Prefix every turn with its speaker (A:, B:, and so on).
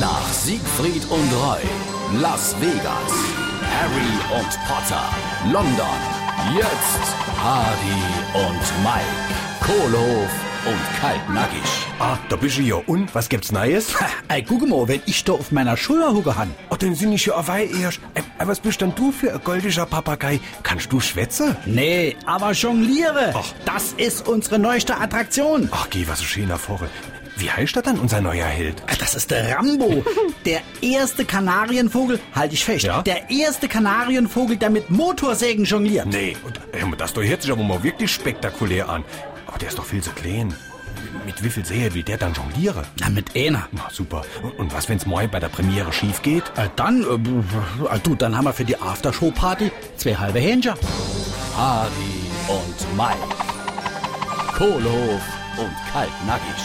A: Nach Siegfried und Roy, Las Vegas, Harry und Potter, London, jetzt Hardy und Mike, Kohlhof und Kaltnackig.
B: Ah, da bist du ja. Und, was gibt's Neues?
C: Ha, ey, guck mal, wenn ich da auf meiner Schulter hucke han.
B: Ach, dann sind ich ja auf Ei erst. Ey, ey, was bist denn du für ein goldischer Papagei? Kannst du schwätzen?
C: Nee, aber jongliere.
B: Ach.
C: Das ist unsere neueste Attraktion.
B: Ach, geh, was ein schöner Vogel. Wie heißt das dann, unser neuer Held?
C: Ah, Das ist der Rambo. Der erste Kanarienvogel, halte ich fest,
B: Ja?
C: der erste Kanarienvogel, der mit Motorsägen jongliert.
B: Nee, und, ey, das doch hört sich aber mal wirklich spektakulär an. Aber der ist doch viel zu klein. Mit wie viel Sehe will der dann jongliere?
C: Na, mit einer.
B: Na super. Und, und was, wenn's morgen bei der Premiere schief geht?
C: Äh, Dann, äh, du, dann haben wir für die Aftershow-Party zwei halbe Händchen.
A: Hardy und Mike, Kohlhof und Kaltnackig.